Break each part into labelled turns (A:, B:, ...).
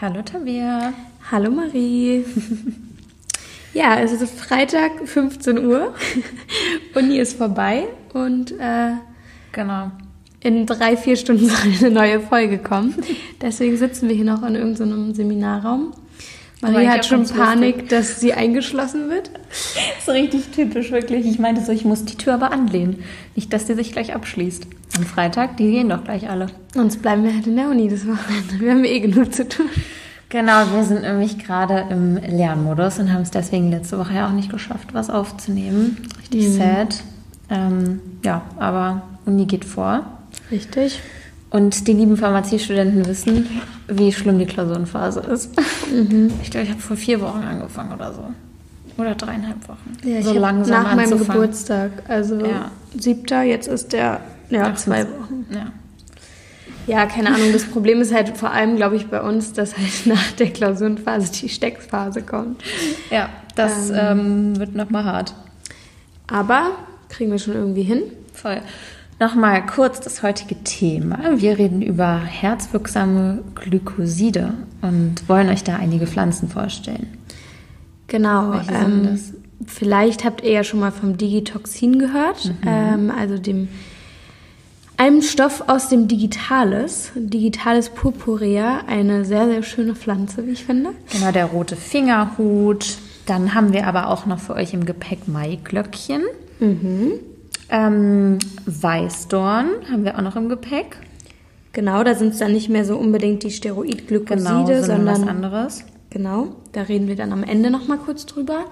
A: Hallo Tabea.
B: Hallo Marie. ja, es ist Freitag, 15 Uhr. Uni ist vorbei und äh,
A: Genau.
B: in drei, vier Stunden soll eine neue Folge kommen. Deswegen sitzen wir hier noch in irgendeinem Seminarraum.
A: Aber
B: Marie
A: ich
B: hat
A: hab
B: schon
A: ganz
B: Panik, dass sie eingeschlossen wird.
A: Das ist richtig typisch, wirklich. Ich meinte so, ich muss die Tür aber anlehnen. Nicht, dass die sich gleich abschließt. Am Freitag, die gehen doch gleich alle.
B: Sonst bleiben wir halt in der Uni das Wochenende. Wir haben eh genug zu tun.
A: Genau, wir sind nämlich gerade im Lernmodus und haben es deswegen letzte Woche ja auch nicht geschafft, was aufzunehmen. Richtig sad. Ähm, ja, aber Uni geht vor.
B: Richtig.
A: Und die lieben Pharmaziestudenten wissen, wie schlimm die Klausurenphase ist. Ich glaube, ich habe vor vier Wochen angefangen oder so. Oder dreieinhalb Wochen.
B: Ja, ich
A: so
B: hab
A: langsam
B: nach meinem
A: anzufangen.
B: Geburtstag, also
A: Ja.
B: siebter, jetzt ist der ja,
A: Ach,
B: zwei
A: fünf-
B: Wochen.
A: Ja.
B: Ja, keine Ahnung. Das Problem ist halt vor allem, glaube ich, bei uns, dass halt nach der Klausurenphase die Steckphase kommt.
A: Ja, das ähm, wird nochmal hart.
B: Aber kriegen wir schon irgendwie hin.
A: Voll. Nochmal kurz das heutige Thema. Wir reden über herzwirksame Glykoside und wollen euch da einige Pflanzen vorstellen.
B: Genau.
A: Welche
B: ähm,
A: sind das?
B: Vielleicht habt ihr ja schon mal vom Digitoxin gehört,
A: Mhm.
B: ähm, also dem einem Stoff aus dem Digitales, Digitales purpurea, eine sehr sehr schöne Pflanze, wie ich finde.
A: Genau, der rote Fingerhut. Dann haben wir aber auch noch für euch im Gepäck Maiglöckchen.
B: Mhm.
A: Ähm, Weißdorn haben wir auch noch im Gepäck.
B: Genau, da sind es dann nicht mehr so unbedingt die
A: Genau,
B: Steroidglykoside,
A: sondern was
B: sondern
A: anderes.
B: Genau, da reden wir dann am Ende nochmal kurz drüber.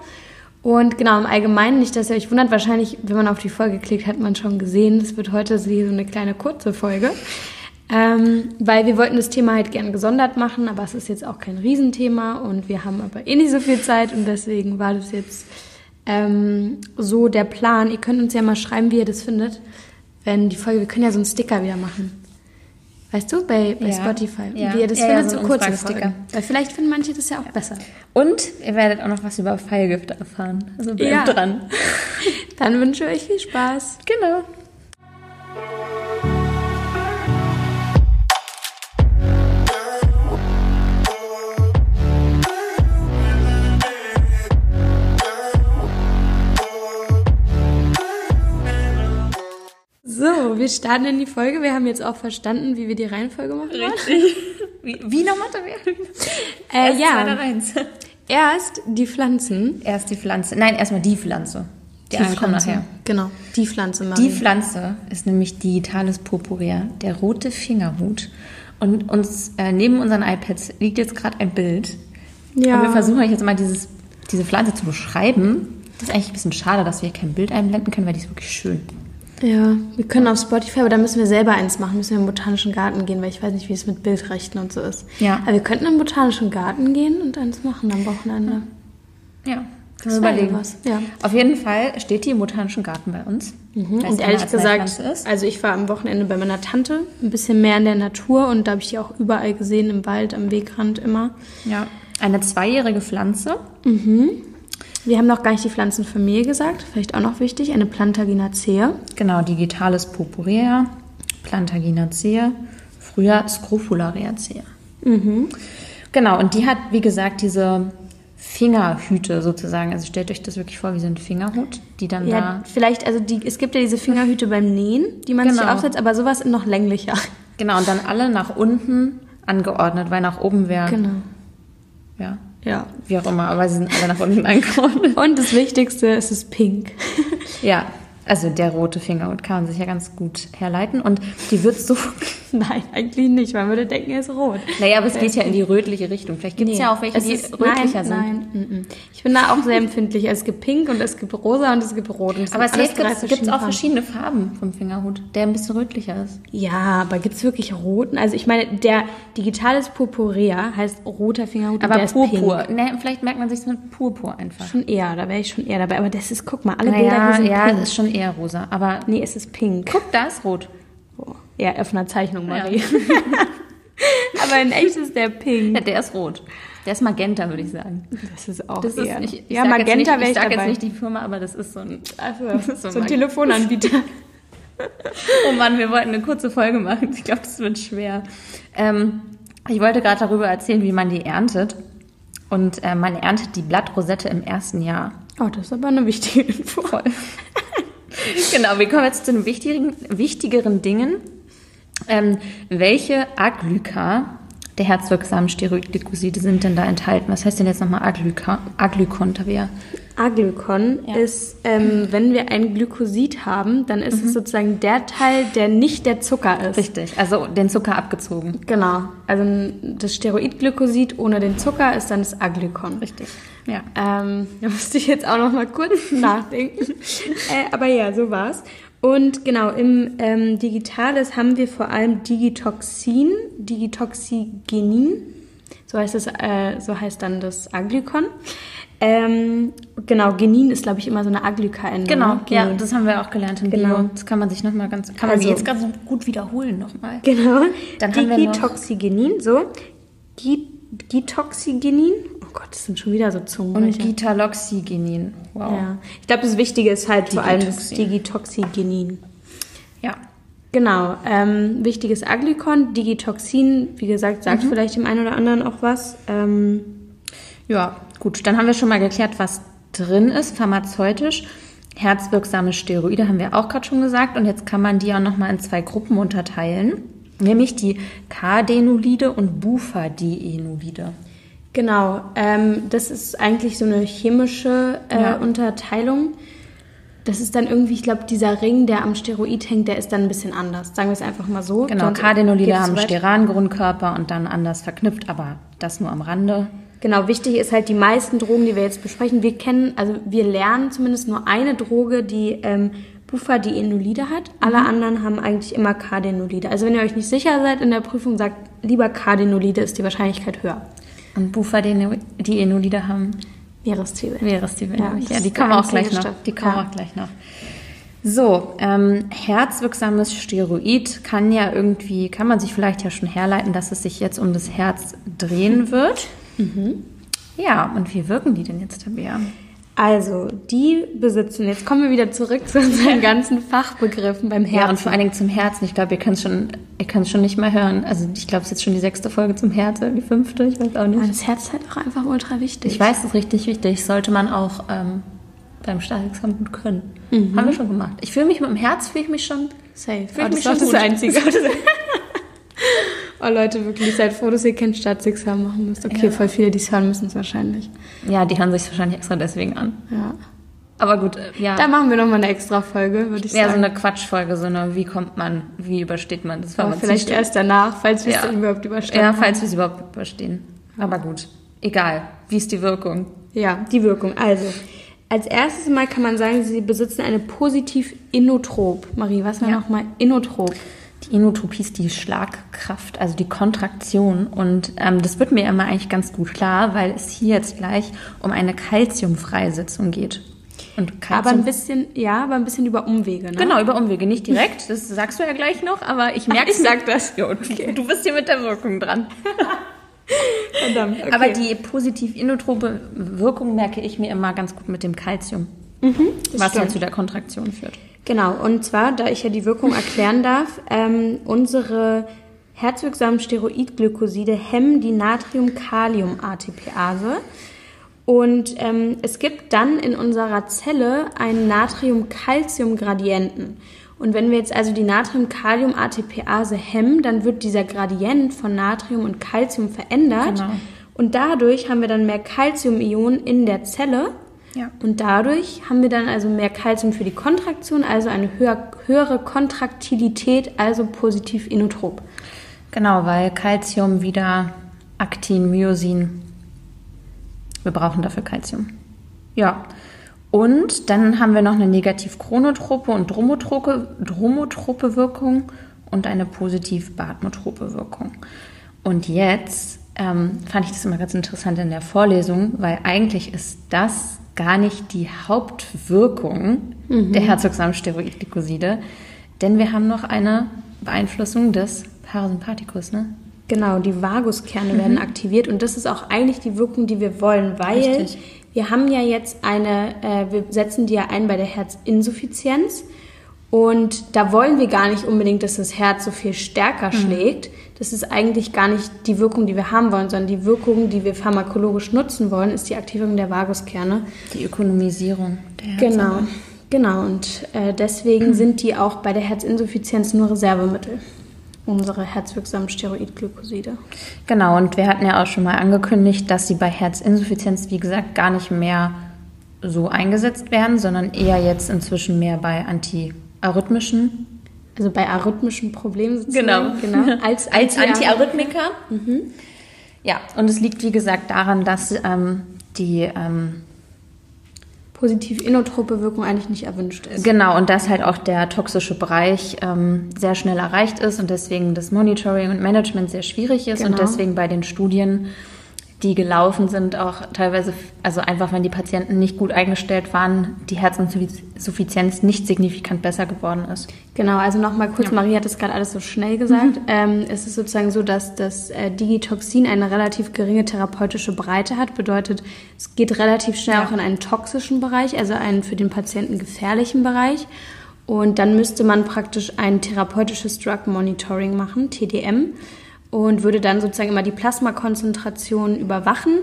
B: Und genau, im Allgemeinen, nicht, dass ihr euch wundert, wahrscheinlich, wenn man auf die Folge klickt, hat man schon gesehen, es wird heute so eine kleine kurze Folge. Ähm, weil wir wollten das Thema halt gern gesondert machen, aber es ist jetzt auch kein Riesenthema und wir haben aber eh nicht so viel Zeit und deswegen war das jetzt ähm, so der Plan. Ihr könnt uns ja mal schreiben, wie ihr das findet, wenn die Folge, wir können ja so einen Sticker wieder machen. Weißt du, bei, bei
A: Ja.
B: Spotify,
A: Ja.
B: wie ihr das
A: Ja, ja,
B: findet,
A: so
B: so
A: ein
B: kurze
A: Umfragesticker.
B: Folgen. Weil vielleicht finden manche das ja auch besser.
A: Und ihr werdet auch noch was über Pfeilgift erfahren. Also bleibt
B: Ja.
A: dran.
B: Dann wünsche ich euch viel Spaß.
A: Genau.
B: So, wir starten in die Folge. Wir haben jetzt auch verstanden, wie wir die Reihenfolge machen. wollen.
A: Wie, wie nochmal?
B: Äh, ja.
A: eins.
B: Erst die Pflanzen.
A: Erst die Pflanze. Nein, erstmal die Pflanze. Die, anderen kommen
B: Pflanze.
A: nachher.
B: Genau, die Pflanze machen.
A: Die Pflanze ist nämlich Digitales Purpurea, der rote Fingerhut. Und uns äh, neben unseren iPads liegt jetzt gerade ein Bild.
B: Ja.
A: Und wir versuchen euch jetzt mal dieses, diese Pflanze zu beschreiben. Das ist eigentlich ein bisschen schade, dass wir hier kein Bild einblenden können, weil die ist wirklich schön.
B: ja, wir können auf Spotify, aber da müssen wir selber eins machen. Müssen wir im Botanischen Garten gehen, weil ich weiß nicht, wie es mit Bildrechten und so ist.
A: Ja.
B: Aber wir könnten im Botanischen Garten gehen und eins machen am Wochenende.
A: Hm. Ja, können
B: Das
A: wir
B: wäre
A: überlegen.
B: ja was, ja.
A: Auf jeden Fall steht die im Botanischen Garten bei uns. Weil es
B: Hm, Und
A: eine
B: ehrlich gesagt,
A: Arzneipflanze ist.
B: also ich war am Wochenende bei meiner Tante, ein bisschen mehr in der Natur und da habe ich die auch überall gesehen, im Wald, am Wegrand immer.
A: Ja. Eine zweijährige Pflanze.
B: Wir haben noch gar nicht die Pflanzenfamilie gesagt, vielleicht auch noch wichtig, eine Plantaginacea.
A: Genau, digitales Purpurea, Plantaginacea, früher Scrofulariacea.
B: Mhm.
A: Genau, und die hat, wie gesagt, diese Fingerhüte sozusagen. Also stellt euch das wirklich vor wie so ein Fingerhut, die dann
B: Ja,
A: da...
B: vielleicht, also die, es gibt ja diese Fingerhüte beim Nähen, die man sich
A: Genau.
B: aufsetzt, aber sowas noch länglicher.
A: Genau, und dann alle nach unten angeordnet, weil nach oben wäre...
B: Genau.
A: Ja,
B: Ja.
A: wie auch immer, aber sie sind alle nach unten angeordnet.
B: Und das Wichtigste, es ist pink.
A: Ja, also der rote Fingerhut kann man sich ja ganz gut herleiten. Und die wird so...
B: Nein, eigentlich nicht, weil man würde denken, er ist rot.
A: Naja, aber es geht ja in die rötliche Richtung. Vielleicht gibt es ja auch welche,
B: Es
A: die
B: ist-
A: rötlicher
B: nein,
A: sind.
B: Nein, mm, mm. ich bin da auch sehr empfindlich. Es gibt pink und es gibt rosa und es gibt rot. Und es
A: Aber es
B: gibt alles drei
A: gibt es auch
B: Farben.
A: verschiedene Farben vom Fingerhut, der ein bisschen rötlicher ist.
B: Ja, aber gibt's wirklich roten? Also ich meine, der digitales Purpurea heißt roter Fingerhut und der ist pink.
A: Ne, vielleicht merkt man sich mit Purpur einfach.
B: Schon eher, da wäre ich schon eher dabei. Aber das ist, guck mal, alle Bilder hier
A: Naja,
B: sind
A: ja,
B: pink.
A: es ist schon eher rosa. Aber
B: nee, es ist pink.
A: guck, da ist rot.
B: Oh, ja, auf einer Zeichnung, Marie. aber in echt ist der pink.
A: Ja, der ist rot. Der ist magenta, würde ich sagen.
B: Das ist auch
A: Das ist,
B: eher.
A: ich, ich
B: ja,
A: sag jetzt
B: Magenta
A: nicht,
B: wäre
A: ich
B: ich
A: sag
B: dabei.
A: jetzt nicht die Firma, aber das ist so ein.
B: also,
A: so
B: so,
A: mag-
B: ein Telefonanbieter.
A: Oh Mann, wir wollten eine kurze Folge machen. Ich glaube, das wird schwer. Ähm, Ich wollte gerade darüber erzählen, wie man die erntet. Und äh, man erntet die Blattrosette im ersten Jahr.
B: Oh, das ist aber eine wichtige Info.
A: genau, wir kommen jetzt zu den wichtigen, wichtigeren Dingen. Ähm, welche Aglyka der herzwirksamen Steroidglycoside sind denn da enthalten? Was heißt denn jetzt nochmal Aglyka, Aglykon, Tabea?
B: Aglykon
A: Ja.
B: ist, ähm, wenn wir ein Glykosid haben, dann ist es sozusagen der Teil, der nicht der Zucker ist.
A: Mhm. Richtig, also den Zucker abgezogen.
B: Genau. Also n- das Steroidglykosid ohne den Zucker ist dann das Aglykon.
A: Richtig, ja.
B: Ähm, da musste ich jetzt auch noch mal kurz nachdenken. Äh, aber ja, so war's. Und genau, im ähm, Digitales haben wir vor allem Digitoxin, Digitoxigenin. So heißt, es, äh, so heißt dann das Aglykon. Ähm, genau, Genin ist, glaube ich, immer so eine Aglyka-Endung.
A: Genau,
B: ne?
A: ja,
B: Genin.
A: das haben wir auch gelernt im
B: Genau.
A: Bio. Das kann man sich nochmal ganz, kann man
B: Also-
A: jetzt ganz gut wiederholen nochmal.
B: Genau.
A: Dann haben wir noch-
B: Digitoxigenin, so. Gi- Gitoxigenin. Oh Gott, das sind schon wieder so Zungen.
A: Und Gitaloxygenin, wow. Ja.
B: ja. Ich glaube, das Wichtige ist halt vor allem das
A: Digitoxin.
B: Digitoxigenin. Genau, ähm, wichtiges Aglycon, Digitoxin, wie gesagt, sagt
A: Mhm.
B: vielleicht dem einen oder anderen auch was. Ähm,
A: Ja, gut, dann haben wir schon mal geklärt, was drin ist, pharmazeutisch. Herzwirksame Steroide haben wir auch gerade schon gesagt und jetzt kann man die auch nochmal in zwei Gruppen unterteilen, nämlich die Cardenolide und Bufadienolide.
B: genau, ähm, das ist eigentlich so eine chemische äh,
A: Ja.
B: Unterteilung. Das ist dann irgendwie, ich glaube, dieser Ring, der am Steroid hängt, der ist dann ein bisschen anders. Sagen wir es einfach mal so.
A: Genau,
B: Sonst geht's
A: Cardenolide haben
B: weit.
A: Sterangrundkörper und dann anders verknüpft, aber das nur am Rande.
B: Genau, wichtig ist halt, die meisten Drogen, die wir jetzt besprechen, wir kennen, also wir lernen zumindest nur eine Droge, die ähm, Bufadienolide hat. Alle anderen haben eigentlich immer Cardenolide. Also wenn ihr euch nicht sicher seid in der Prüfung, sagt lieber Cardenolide, ist die Wahrscheinlichkeit höher.
A: Und Bufadienolide haben
B: Meereszwiebeln.
A: Meereszwiebeln.
B: Ja,
A: Ja,
B: das
A: ja die
B: ist der
A: kommen auch
B: einzige
A: gleich noch.
B: Stoff.
A: Die kommen
B: Ja.
A: auch gleich noch. So, ähm, herzwirksames Steroid kann ja irgendwie, kann man sich vielleicht ja schon herleiten, dass es sich jetzt um das Herz
B: Mhm.
A: drehen wird. Ja, und wie wirken die denn jetzt, Tabea?
B: Also, die besitzen, jetzt kommen wir wieder zurück zu unseren ganzen Fachbegriffen beim
A: Ja, und
B: Herzen.
A: vor allen Dingen zum Herzen. Ich glaube, ihr könnt schon, ihr könnt schon nicht mehr hören. Also ich glaube, es ist jetzt schon die sechste Folge zum Herzen, die fünfte, ich weiß auch
B: Aber
A: nicht.
B: das Herz ist halt auch einfach ultra wichtig.
A: Ich weiß, es ist richtig wichtig. Sollte man auch ähm, beim Staatsexamen gut können.
B: Mhm.
A: Haben wir schon gemacht. Ich fühle mich mit dem Herz, fühle ich mich schon
B: Safe.
A: Fühlt
B: Oh, das
A: mich
B: war
A: schon
B: das
A: gut.
B: Einzige. oh Leute, wirklich, seid froh, dass ihr kein Staatsexamen machen müsst. Okay, voll viele, die es hören, müssen es wahrscheinlich.
A: Ja, die hören sich wahrscheinlich extra deswegen an.
B: Ja.
A: Aber gut, äh, ja.
B: Da machen wir nochmal eine extra Folge, würde ich
A: ja, so
B: sagen.
A: eine Quatschfolge, so eine, wie kommt man, wie übersteht man das?
B: Aber
A: Pharmazie-
B: vielleicht erst danach, falls wir es
A: Ja.
B: dann überhaupt überstanden
A: Ja,
B: haben.
A: falls wir es überhaupt überstehen. Aber gut, egal. Wie ist die Wirkung?
B: Ja, die Wirkung. Also, als erstes Mal kann man sagen, sie besitzen eine positiv inotrop. Marie, was war
A: Ja.
B: nochmal inotrop?
A: Die Inotropie ist die Schlagkraft, also die Kontraktion. Und ähm, das wird mir immer eigentlich ganz gut klar, weil es hier jetzt gleich um eine Calciumfreisetzung geht. Und
B: Aber
A: Calcium
B: ein bisschen, ja, aber ein bisschen über Umwege, ne?
A: Genau, über Umwege, nicht direkt. Das sagst du ja gleich noch, aber ich merke
B: ich sag
A: das. Ja, und Du bist hier mit der Wirkung dran.
B: Verdammt, okay.
A: Aber die positiv inotrope Wirkung merke ich mir immer ganz gut mit dem Kalzium,
B: Mhm, Das
A: was ja
B: stimmt.
A: zu der Kontraktion führt.
B: Genau, und zwar, da ich ja die Wirkung erklären darf, ähm, unsere herzwirksamen Steroidglykoside hemmen die Natrium-Kalium-ATPase. Und ähm, es gibt dann in unserer Zelle einen Natrium-Calcium-Gradienten. Und wenn wir jetzt also die Natrium-Kalium-ATPase hemmen, dann wird dieser Gradient von Natrium und Calcium verändert.
A: Genau.
B: Und dadurch haben wir dann mehr Calcium-Ionen in der Zelle.
A: Ja.
B: Und dadurch haben wir dann also mehr Kalzium für die Kontraktion, also eine höher, höhere Kontraktilität, also positiv inotrop.
A: Genau, weil Kalzium wieder Aktin, Myosin. Wir brauchen dafür Kalzium. Ja. Und dann haben wir noch eine negativ chronotrope und dromotrope, dromotrope Wirkung und eine positiv batmotrope Wirkung. Und jetzt ähm, fand ich das immer ganz interessant in der Vorlesung, weil eigentlich ist das gar nicht die Hauptwirkung der herzogsamen Steroidglycoside, denn wir haben noch eine Beeinflussung des Parasympathikus, ne?
B: Genau, die Vaguskerne werden aktiviert und das ist auch eigentlich die Wirkung, die wir wollen, weil
A: Richtig.
B: wir haben ja jetzt eine, äh, wir setzen die ja ein bei der Herzinsuffizienz Und da wollen wir gar nicht unbedingt, dass das Herz so viel stärker schlägt. Das ist eigentlich gar nicht die Wirkung, die wir haben wollen, sondern die Wirkung, die wir pharmakologisch nutzen wollen, ist die Aktivierung der Vaguskerne.
A: Die Ökonomisierung der
B: Genau, genau. Und äh, deswegen sind die auch bei der Herzinsuffizienz nur Reservemittel. Unsere herzwirksamen Steroidglykoside.
A: Genau, und wir hatten ja auch schon mal angekündigt, dass sie bei Herzinsuffizienz, wie gesagt, gar nicht mehr so eingesetzt werden, sondern eher jetzt inzwischen mehr bei antiarrhythmischen.
B: Also bei arrhythmischen Problemen
A: Genau.
B: sozusagen. genau. Als,
A: Als
B: Anti-
A: Antiarrhythmika. Ja, und es liegt, wie gesagt, daran, dass ähm, die, ähm,
B: positiv inotrope Wirkung eigentlich nicht erwünscht ist.
A: genau, und dass halt auch der toxische Bereich ähm, sehr schnell erreicht ist und deswegen das Monitoring und Management sehr schwierig ist und
B: Genau.
A: deswegen bei den Studien, die gelaufen sind, auch teilweise, also einfach, wenn die Patienten nicht gut eingestellt waren, die Herzinsuffizienz nicht signifikant besser geworden ist.
B: Genau, also nochmal kurz, Marie hat das gerade alles so schnell gesagt. Ähm, es ist sozusagen so, dass das äh, Digitoxin eine relativ geringe therapeutische Breite hat. Bedeutet, es geht relativ schnell auch in einen toxischen Bereich, also einen für den Patienten gefährlichen Bereich. Und dann müsste man praktisch ein therapeutisches Drug Monitoring machen, TDM, und würde dann sozusagen immer die Plasmakonzentration überwachen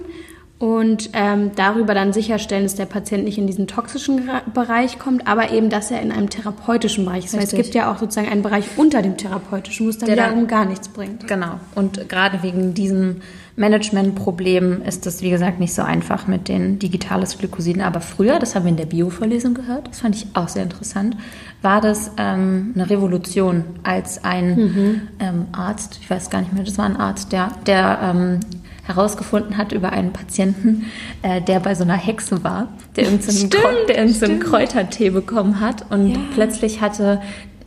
B: und ähm, darüber dann sicherstellen, dass der Patient nicht in diesen toxischen Gra- Bereich kommt, aber eben, dass er in einem therapeutischen Bereich ist. Weil es
A: Richtig.
B: gibt ja auch sozusagen einen Bereich unter dem therapeutischen, wo es dann
A: Der dann-
B: wiederum gar nichts bringt.
A: Genau. Und gerade wegen diesem Managementproblem ist das, wie gesagt, nicht so einfach mit den digitales Glykosiden. Aber früher, das haben wir in der Bio-Vorlesung gehört, das fand ich auch sehr interessant, war das ähm, eine Revolution, als ein ähm, Arzt, ich weiß gar nicht mehr, das war ein Arzt, der, der ähm, herausgefunden hat über einen Patienten, äh, der bei so einer Hexe war, der irgendeinen
B: Stimmt,
A: Kräu- der irgendeinen Kräutertee bekommen hat und plötzlich hatte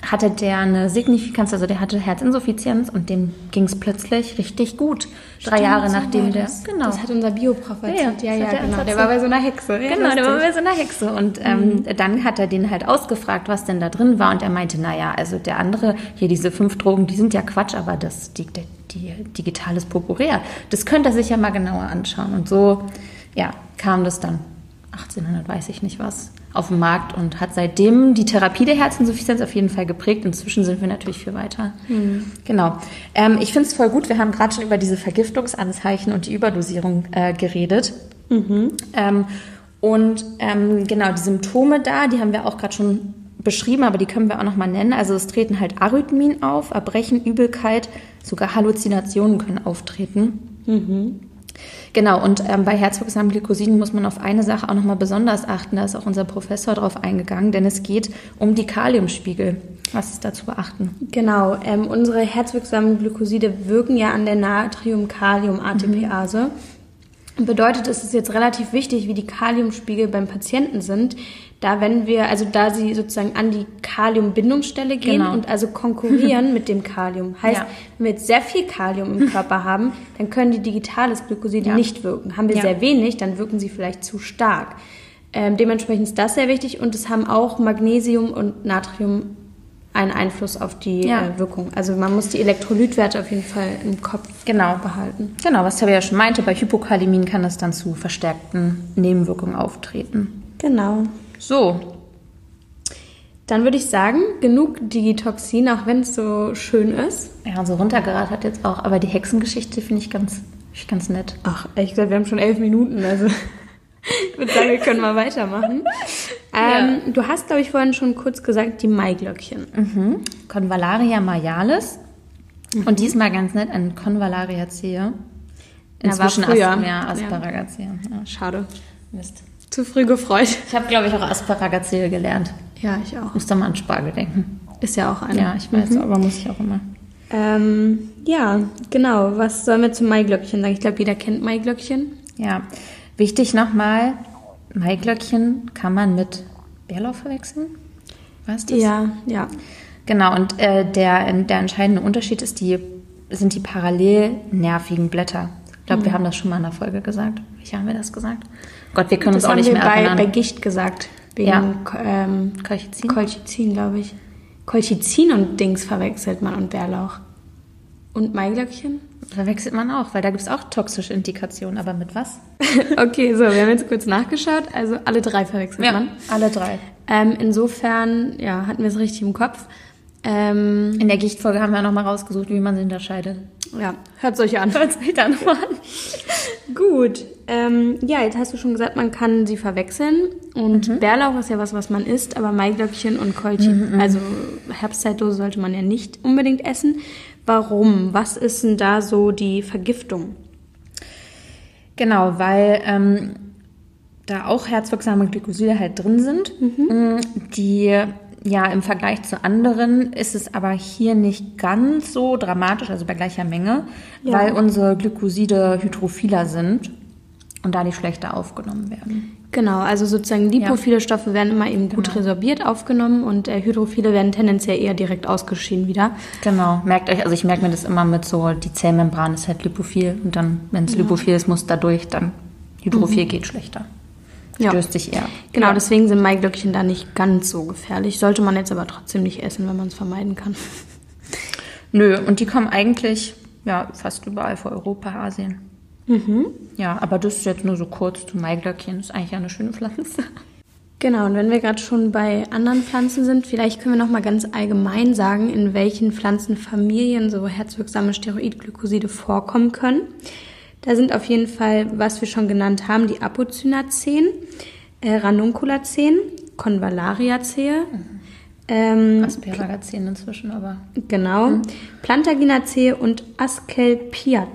A: hatte der eine Signifikanz, also der hatte Herzinsuffizienz und dem ging es plötzlich richtig gut. Drei Jahre nachdem der.
B: Genau. Das hat unser Bioprof erzählt.
A: Ja,
B: Ja,
A: ja,
B: ja,
A: das hat er
B: genau.
A: erzählt.
B: Der war bei so einer Hexe. Ja,
A: Genau, der war
B: lustig.
A: bei so einer Hexe. Und ähm, dann hat er den halt ausgefragt, was denn da drin war. Und er meinte, naja, also der andere, hier diese fünf Drogen, die sind ja Quatsch, aber das die, die, die digitales Purpurea, das könnte er sich ja mal genauer anschauen. Und so, ja, kam das dann 1800, weiß ich nicht was, auf den Markt und hat seitdem die Therapie der Herzinsuffizienz auf jeden Fall geprägt. Inzwischen sind wir natürlich viel weiter. Genau. Ähm, ich finde es voll gut, wir haben gerade schon über diese Vergiftungsanzeichen und die Überdosierung äh, geredet. Ähm, und ähm, genau, die Symptome da, die haben wir auch gerade schon beschrieben, aber die können wir auch nochmal nennen. Also es treten halt Arrhythmien auf, Erbrechen, Übelkeit, sogar Halluzinationen können auftreten. Mhm. Genau, und ähm, bei herzwirksamen Glykosiden muss man auf eine Sache auch nochmal besonders achten. Da ist auch unser Professor drauf eingegangen, denn es geht um die Kaliumspiegel. Was ist da zu beachten?
B: Genau, ähm, unsere herzwirksamen Glykoside wirken ja an der Natrium-Kalium-ATPase.
A: Mhm.
B: Bedeutet, es ist jetzt relativ wichtig, wie die Kaliumspiegel beim Patienten sind, da wenn wir, also da sie sozusagen an die Kaliumbindungsstelle gehen
A: Genau.
B: und also konkurrieren mit dem Kalium. Heißt,
A: Ja.
B: wenn wir jetzt sehr viel Kalium im Körper haben, dann können die digitales Glykoside
A: Ja.
B: nicht wirken. Haben wir
A: Ja.
B: sehr wenig, dann wirken sie vielleicht zu stark. Ähm, dementsprechend ist das sehr wichtig und es haben auch Magnesium und Natrium einen Einfluss auf die
A: Ja.
B: äh, Wirkung. Also man muss die Elektrolytwerte auf jeden Fall im Kopf
A: Genau.
B: behalten.
A: Genau, was Tabea ja schon meinte, bei Hypokalämien kann es dann zu verstärkten Nebenwirkungen auftreten.
B: Genau.
A: So,
B: Dann würde ich sagen, genug Digitoxin, auch wenn es so schön ist.
A: Ja, so runtergerattert hat jetzt auch. Aber die Hexengeschichte finde ich ganz, finde ich ganz nett.
B: Ach, ehrlich gesagt, wir haben schon elf Minuten, also ich würde sagen, wir können mal weitermachen. Ähm, Du hast, glaube ich, vorhin schon kurz gesagt, die Maiglöckchen.
A: Mhm. Convallaria maialis. Und diesmal ganz nett ein Convallaria cea.
B: Na, war
A: Inzwischen
B: früher.
A: As ja,
B: Ja.
A: Asparagacea. Ja,
B: Schade.
A: Mist.
B: Zu früh gefreut.
A: Ich habe, glaube ich, auch Asparagacea gelernt.
B: Ja, ich auch.
A: Muss da mal an Spargel denken. Mhm.
B: Ist ja auch eine. Mhm.
A: Ja, ich weiß, aber muss ich auch immer.
B: Ähm, ja, genau. Was sollen wir zu Maiglöckchen sagen? Ich glaube, jeder kennt Maiglöckchen.
A: Ja, wichtig nochmal, Maiglöckchen kann man mit Bärlauch verwechseln. Weißt du das?
B: Ja, ja.
A: Genau, und äh, der, der entscheidende Unterschied ist die, sind die parallel nervigen Blätter. Ich glaube,
B: Mhm.
A: wir haben das schon mal in der Folge gesagt. Wie haben wir das gesagt? Gott, wir können
B: Das
A: uns auch
B: haben
A: nicht
B: wir
A: mehr
B: bei, bei
A: erinnern.
B: Gicht gesagt. Wegen
A: Ja.
B: Ko- ähm,
A: Kolchizin?
B: Kolchizin, glaube ich. Kolchizin und Dings verwechselt man und Bärlauch. Und Maiglöckchen?
A: Verwechselt man auch, weil da gibt es auch toxische Indikationen. Aber mit was?
B: okay, so, wir haben jetzt kurz nachgeschaut. Also alle drei verwechselt man.
A: alle drei.
B: Ähm, insofern, ja, hatten wir es richtig im Kopf. Ähm,
A: In der Gichtfolge haben wir nochmal rausgesucht, wie man sie unterscheidet.
B: ja, hört euch an.
A: Soll's nicht dann machen.
B: Gut. Ähm, ja, jetzt hast du schon gesagt, man kann sie verwechseln. Und Bärlauch ist ja was, was man isst, aber Maiglöckchen und Keulchen, also Herbstzeitdose sollte man ja nicht unbedingt essen. Warum? Was ist denn da so die Vergiftung?
A: Genau, weil ähm, da auch herzwirksame Glykoside halt drin sind. Mm, Die, ja, im Vergleich zu anderen ist es aber hier nicht ganz so dramatisch, also bei gleicher Menge,
B: Ja.
A: weil unsere Glykoside hydrophiler sind und da die schlechter aufgenommen werden.
B: Genau, also sozusagen lipophile Stoffe werden immer eben gut resorbiert aufgenommen und äh, hydrophile werden tendenziell eher direkt ausgeschieden wieder.
A: Genau, merkt euch, also ich merke mir das immer mit so, die Zellmembran ist halt lipophil und dann, wenn es lipophil ist, muss dadurch dann hydrophil geht schlechter.
B: Ja.
A: Stößt sich eher.
B: Genau, deswegen sind Maiglöckchen da nicht ganz so gefährlich. Sollte man jetzt aber trotzdem nicht essen, wenn man es vermeiden kann.
A: Nö, und die kommen eigentlich ja fast überall vor Europa, Asien.
B: Mhm.
A: Ja, aber das ist jetzt nur so kurz zu Maiglöckchen. Ist eigentlich ja eine schöne Pflanze.
B: Genau, und wenn wir gerade schon bei anderen Pflanzen sind, vielleicht können wir noch mal ganz allgemein sagen, in welchen Pflanzenfamilien so herzwirksame Steroidglykoside vorkommen können. Da sind auf jeden Fall, was wir schon genannt haben, die Apocynaceae, äh, Ranunculaceae, Convalariaceae, ähm,
A: Asperagazin inzwischen, aber.
B: genau, Plantaginaceae und Asclepiadaceae.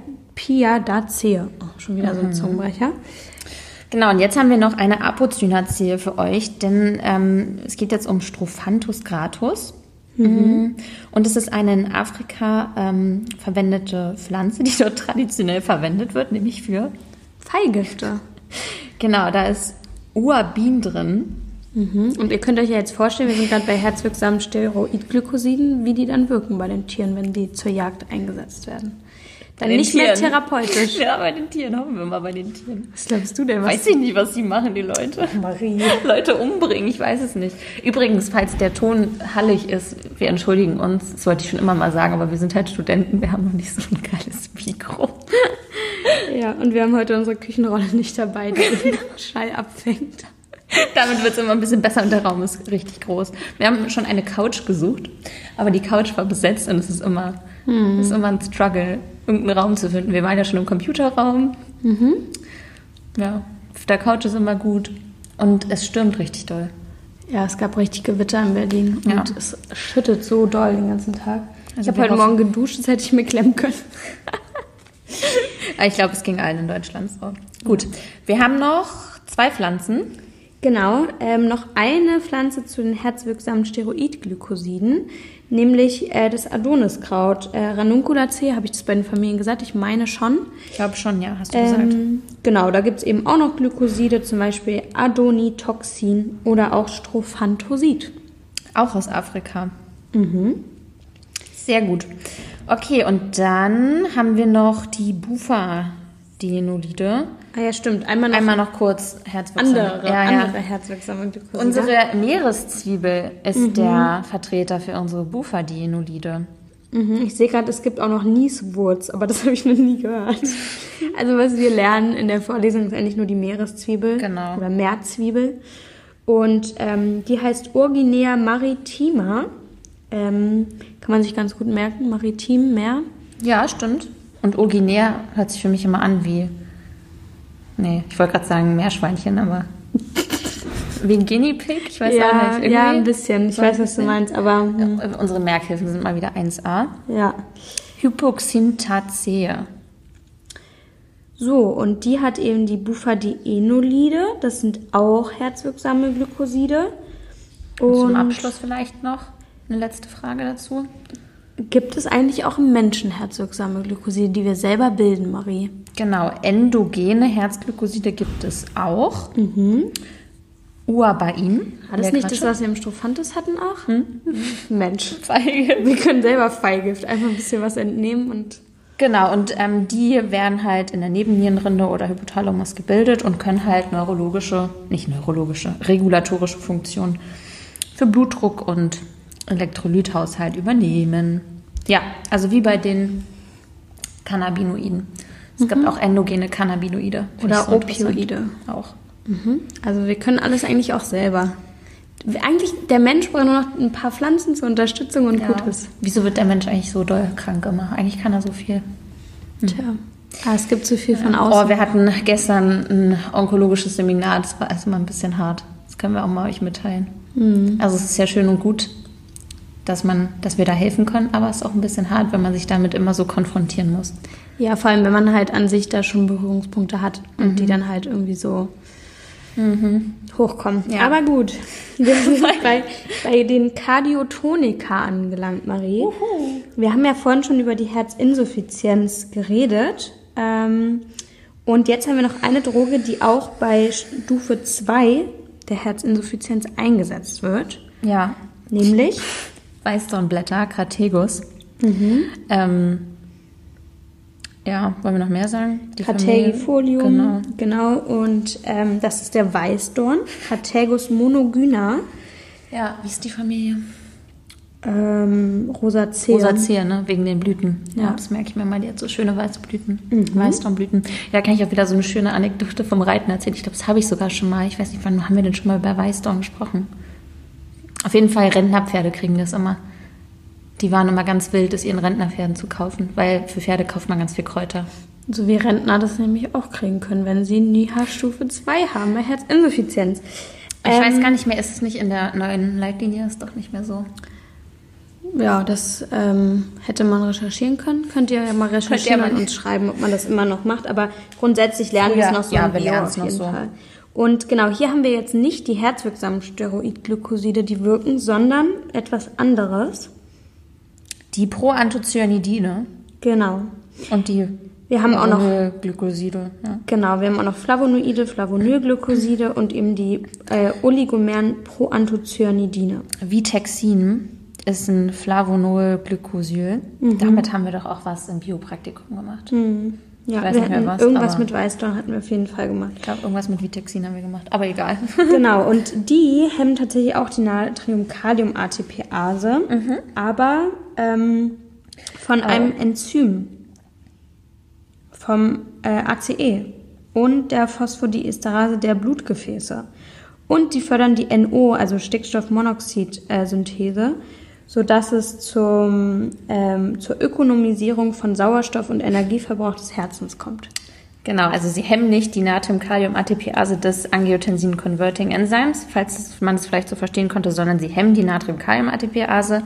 B: Oh, schon wieder so ein Zungenbrecher.
A: Genau, und jetzt haben wir noch eine Apocynaceae für euch, denn ähm, es geht jetzt um Strophanthus gratus. Mhm. Und es ist eine in Afrika ähm, verwendete Pflanze, die dort traditionell verwendet wird, nämlich für
B: Feigifte.
A: Genau, da ist Uabin drin.
B: Mhm. Und ihr könnt euch ja jetzt vorstellen, wir sind gerade bei herzwirksamen Steroidglykosiden, wie die dann wirken bei den Tieren, wenn die zur Jagd eingesetzt werden. Dann
A: den
B: nicht mehr
A: Tieren.
B: therapeutisch.
A: Ja, bei den Tieren, hoffen wir mal bei den Tieren.
B: Was glaubst du denn?
A: Weiß ich nicht, was die machen, die Leute.
B: Marie.
A: Leute umbringen, ich weiß es nicht. Übrigens, falls der Ton hallig ist, wir entschuldigen uns. Das wollte ich schon immer mal sagen, aber wir sind halt Studenten, wir haben noch nicht so ein geiles Mikro.
B: Ja, und wir haben heute unsere Küchenrolle nicht dabei, die den Schall abfängt.
A: Damit wird es immer ein bisschen besser und der Raum ist richtig groß. Wir haben schon eine Couch gesucht, aber die Couch war besetzt und es ist immer,
B: Hm.
A: es ist immer ein Struggle, irgendeinen Raum zu finden. Wir waren ja schon im Computerraum.
B: Mhm.
A: Ja, auf der Couch ist immer gut. Und es stürmt richtig doll.
B: Ja, es gab richtig Gewitter in Berlin
A: Ja.
B: und es schüttet so doll den ganzen Tag. ich
A: Also
B: habe
A: wir
B: heute
A: hoffen-
B: Morgen geduscht, das hätte ich mir klemmen können.
A: Aber Ah, Ich glaube, es ging allen in Deutschland so. Gut, wir haben noch zwei Pflanzen.
B: Genau, ähm, noch eine Pflanze zu den herzwirksamen Steroidglykosiden, nämlich äh, das Adoniskraut. Äh, Ranunculaceae, habe ich das bei den Familien gesagt? Ich meine schon.
A: Ich glaube schon, ja, hast du gesagt.
B: Ähm, genau, da gibt es eben auch noch Glykoside, zum Beispiel Adonitoxin oder auch Strophantosid.
A: Auch aus Afrika.
B: Mhm.
A: Sehr gut. Okay, und dann haben wir noch die Bufa-Dienolide.
B: Ah ja, stimmt. Einmal noch
A: Einmal noch kurz herzwirksam.
B: andere,
A: ja,
B: andere
A: Ja.
B: herzwirksame Glykoside.
A: Unsere Meereszwiebel ist der Vertreter für unsere Bufa-Dienolide.
B: Mhm, Ich sehe gerade, es gibt auch noch Nieswurz, aber das habe ich noch nie gehört. Also was wir lernen in der Vorlesung ist eigentlich nur die Meereszwiebel
A: Genau.
B: oder Meerzwiebel. Und ähm, die heißt Urginea maritima. Ähm, kann man sich ganz gut merken, maritim, Meer.
A: Ja, stimmt. Und Urginär hört sich für mich immer an wie. Nee, ich wollte gerade sagen Meerschweinchen, aber. wie ein Guinea Pig? Ich weiß auch nicht.
B: ja,
A: Irgendwie-
B: ein bisschen. Ich
A: so ein
B: weiß, was du
A: bisschen.
B: meinst, aber hm,
A: Ja, Unsere Merkhilfen sind mal wieder 1a.
B: ja.
A: Hypoxintacea.
B: So, und die hat eben die Bufadienolide. Das sind auch herzwirksame Glykoside.
A: Und
B: Und-
A: zum Abschluss vielleicht noch eine letzte Frage dazu.
B: Gibt es eigentlich auch im Menschen herzwirksame Glykoside, die wir selber bilden, Marie?
A: Genau, endogene Herzglykoside gibt es auch. Uabain.
B: War das Mhm. nicht das, was wir im Strophantus hatten auch? Mensch,
A: Feige.
B: wir können selber Feigift einfach ein bisschen was entnehmen und
A: Genau, und ähm, die werden halt in der Nebennierenrinde oder Hypothalamus gebildet und können halt neurologische, nicht neurologische, regulatorische Funktionen für Blutdruck und Elektrolythaushalt übernehmen. Ja, also wie bei den Cannabinoiden. Es gibt auch endogene Cannabinoide. Finde
B: Mhm. Oder
A: ich interessant.
B: Opioide.
A: Auch.
B: also wir können alles eigentlich auch selber. Eigentlich, der Mensch braucht nur noch ein paar Pflanzen zur Unterstützung und
A: Ja.
B: gut ist.
A: Wieso wird der Mensch eigentlich so doll krank immer? Eigentlich kann er so viel.
B: Tja. Ah, es gibt zu viel von außen.
A: Oh, wir hatten gestern ein onkologisches Seminar, das war erstmal ein bisschen hart. Das können wir auch mal euch mitteilen. Also es ist ja schön und gut, dass man, dass wir da helfen können, aber es ist auch ein bisschen hart, wenn man sich damit immer so konfrontieren muss.
B: Ja, vor allem, wenn man halt an sich da schon Berührungspunkte hat und die dann halt irgendwie so hochkommen.
A: Ja.
B: Aber gut, wir sind bei, bei den Kardiotonika angelangt, Marie. Wir haben ja vorhin schon über die Herzinsuffizienz geredet. Ähm, und jetzt haben wir noch eine Droge, die auch bei Stufe 2 der Herzinsuffizienz eingesetzt wird.
A: Ja.
B: Nämlich,
A: Weißdornblätter, Krategus. Ähm, ja, wollen wir noch mehr sagen? Die
B: Categifolium,
A: Familie-
B: genau. und ähm, das ist der Weißdorn, Categus monogyna,
A: Genau. Ja, wie ist die Familie?
B: ähm, Rosaceum.
A: Rosazea, ne? Wegen den Blüten. Ja,
B: Ja. Mhm.
A: das merke ich mir mal. Die hat so schöne weiße Blüten. Weißdornblüten. Ja, kann ich auch wieder so eine schöne Anekdote vom Reiten erzählen. Ich glaube, das habe ich sogar schon mal. Ich weiß nicht, wann haben wir denn schon mal über Weißdorn gesprochen? Auf jeden Fall, Rentnerpferde kriegen das immer. Die waren immer ganz wild, es ihren Rentnerpferden zu kaufen, weil für Pferde kauft man ganz viel Kräuter.
B: So wie Rentner das nämlich auch kriegen können, wenn sie eine H-Stufe 2 haben bei Herzinsuffizienz.
A: Ich
B: Ähm,
A: weiß gar nicht mehr, ist es nicht in der neuen Leitlinie? Ist doch nicht mehr so.
B: Ja, das ähm, hätte man recherchieren können. Könnt ihr ja mal recherchieren
A: mal-
B: und uns schreiben, ob man das immer noch macht. Aber grundsätzlich lernen wir
A: Ja,
B: es noch so
A: ja,
B: im
A: wir
B: Bio
A: lernen
B: auf
A: es noch
B: jeden
A: so.
B: Fall. Und genau, hier haben wir jetzt nicht die herzwirksamen Steroidglykoside, die wirken, sondern etwas anderes.
A: Die Proanthocyanidine
B: Genau.
A: und die
B: Wir haben auch noch
A: Glykoside. Ja.
B: Genau, wir haben auch noch Flavonoide, Flavonylglykoside und eben die äh, Oligomeren Proanthocyanidine.
A: Vitexin ist ein Flavonol-Glycosyl. Damit haben wir doch auch was im Biopraktikum gemacht.
B: Ja,
A: Weiß
B: wir
A: nicht mehr
B: hatten
A: was,
B: irgendwas
A: aber-
B: mit Weißdorn hatten wir auf jeden Fall gemacht.
A: Ich glaube, irgendwas mit Vitexin haben wir gemacht, aber egal.
B: genau, und die hemmen tatsächlich auch die Natrium-Kalium-ATPase, aber ähm, von einem Enzym, vom äh, ACE und der Phosphodiesterase der Blutgefäße. Und die fördern die NO, also Stickstoffmonoxid-Synthese, sodass es zum, ähm, zur Ökonomisierung von Sauerstoff und Energieverbrauch des Herzens kommt.
A: Genau, also sie hemmen nicht die Natrium-Kalium-ATPase des Angiotensin-Converting-Enzyms, falls es- man es vielleicht so verstehen konnte, sondern sie hemmen die Natrium-Kalium-ATPase,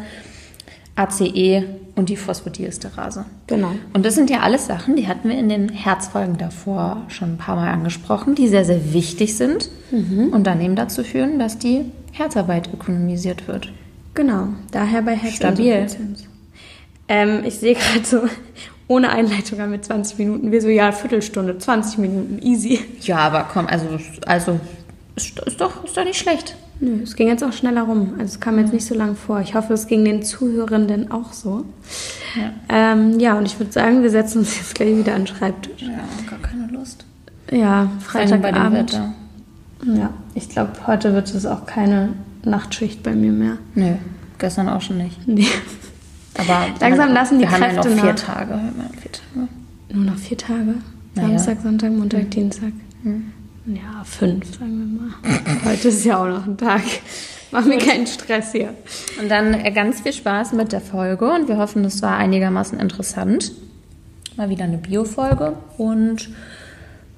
A: ACE E und die Phosphodiesterase.
B: Genau.
A: Und das sind ja alles Sachen, die hatten wir in den Herzfolgen davor schon ein paar Mal angesprochen, die sehr, sehr wichtig sind und daneben dazu führen, dass die Herzarbeit ökonomisiert wird.
B: Genau, daher bei
A: Stabil.
B: Herzinsuffizienz. Ähm, ich sehe gerade so, ohne Einleitung haben wir 20 Minuten. Wir so, ja, Viertelstunde, 20 Minuten, easy.
A: Ja, aber komm, also, also ist, ist, doch, ist doch nicht schlecht.
B: Nö, es ging jetzt auch schneller rum. Also es kam jetzt nicht so lang vor. Ich hoffe, es ging den Zuhörenden auch so.
A: Ja.
B: Ähm, ja, und ich würde sagen, wir setzen uns jetzt gleich wieder an den Schreibtisch.
A: Ja, gar keine Lust.
B: Ja,
A: Vor allem bei dem
B: Freitagabend.
A: Wetter.
B: Ja, ich glaube, heute wird es auch keine Nachtschicht bei mir mehr.
A: Nö, gestern auch schon nicht.
B: Nee.
A: Aber
B: Langsam
A: wir-
B: lassen die
A: wir haben
B: Kräfte
A: ja noch vier
B: nach.
A: Tage. Wir haben ja vier Tage.
B: Nur noch vier Tage.
A: Naja.
B: Samstag, Sonntag, Montag, Dienstag. Ja, fünf, sagen wir mal. Heute ist ja auch noch ein Tag. Mach mir keinen Stress hier.
A: Und dann äh, ganz viel Spaß mit der Folge und wir hoffen, es war einigermaßen interessant. Mal wieder eine Bio-Folge und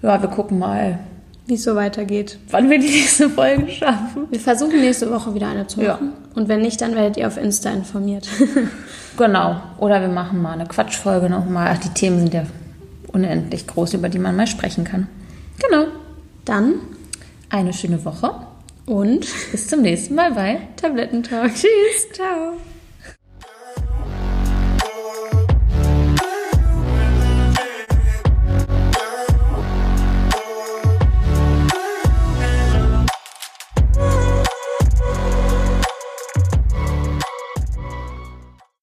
A: ja, wir gucken mal,
B: Wie es so weitergeht.
A: wann wir die nächste Folge schaffen.
B: Wir versuchen nächste Woche wieder eine zu
A: Ja.
B: machen. Und wenn nicht, dann werdet ihr auf Insta informiert.
A: Genau. Oder wir machen mal eine Quatschfolge nochmal. Ach, die Themen sind ja unendlich groß, über die man mal sprechen kann. Genau.
B: dann
A: Eine schöne Woche.
B: und
A: Bis zum nächsten Mal bei
B: Tablettentalk. Tschüss. Ciao.